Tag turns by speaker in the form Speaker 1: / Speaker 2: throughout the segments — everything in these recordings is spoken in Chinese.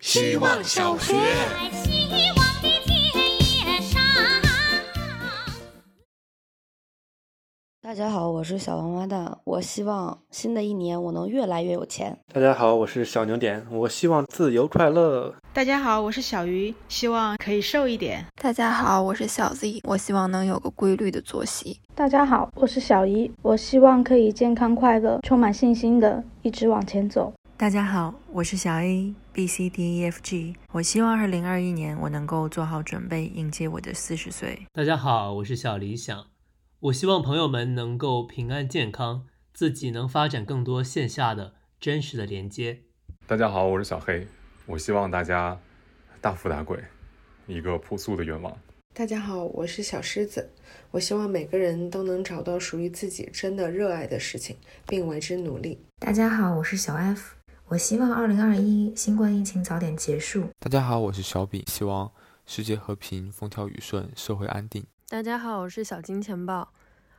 Speaker 1: 希望小学。
Speaker 2: 在希望的田野上。
Speaker 3: 大家好，我是小王八蛋。我希望新的一年我能越来越有钱。
Speaker 4: 大家好，我是小牛点，我希望自由快乐。
Speaker 5: 大家好，我是小鱼，希望可以瘦一点。
Speaker 6: 大家好，我是小 Z，我希望能有个规律的作息。
Speaker 7: 大家好，我是小姨，我希望可以健康快乐、充满信心的一直往前走。
Speaker 8: 大家好，我是小 A B C D E F G。我希望二零二一年我能够做好准备，迎接我的四十岁。
Speaker 9: 大家好，我是小理想，我希望朋友们能够平安健康，自己能发展更多线下的真实的连接。
Speaker 10: 大家好，我是小黑，我希望大家大富大贵，一个朴素的愿望。
Speaker 11: 大家好，我是小狮子，我希望每个人都能找到属于自己真的热爱的事情，并为之努力。
Speaker 12: 大家好，我是小 F，我希望二零二一新冠疫情早点结束。
Speaker 13: 大家好，我是小饼，希望世界和平、风调雨顺、社会安定。
Speaker 14: 大家好，我是小金钱豹，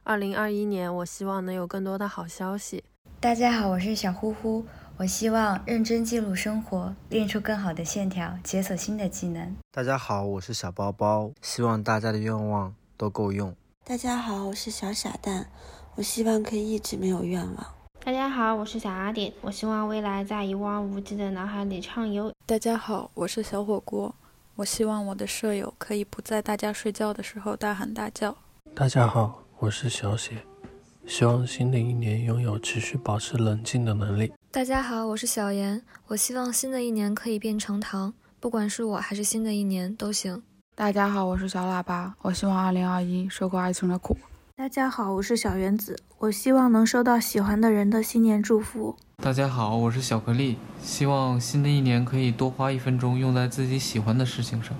Speaker 14: 二零二一年我希望能有更多的好消息。
Speaker 15: 大家好，我是小呼呼，我希望认真记录生活，练出更好的线条，解锁新的技能。
Speaker 16: 大家好，我是小包包，希望大家的愿望都够用。
Speaker 17: 大家好，我是小傻蛋，我希望可以一直没有愿望。
Speaker 18: 大家好，我是小阿点，我希望未来在一望无际的脑海里畅游。
Speaker 19: 大家好，我是小火锅，我希望我的舍友可以不在大家睡觉的时候大喊大叫。
Speaker 20: 大家好，我是小雪。希望新的一年拥有持续保持冷静的能力。
Speaker 21: 大家好，我是小严，我希望新的一年可以变成糖，不管是我还是新的一年都行。
Speaker 22: 大家好，我是小喇叭，我希望2021受够爱情的苦。
Speaker 23: 大家好，我是小原子，我希望能收到喜欢的人的新年祝福。
Speaker 24: 大家好，我是小颗粒，希望新的一年可以多花一分钟用在自己喜欢的事情上。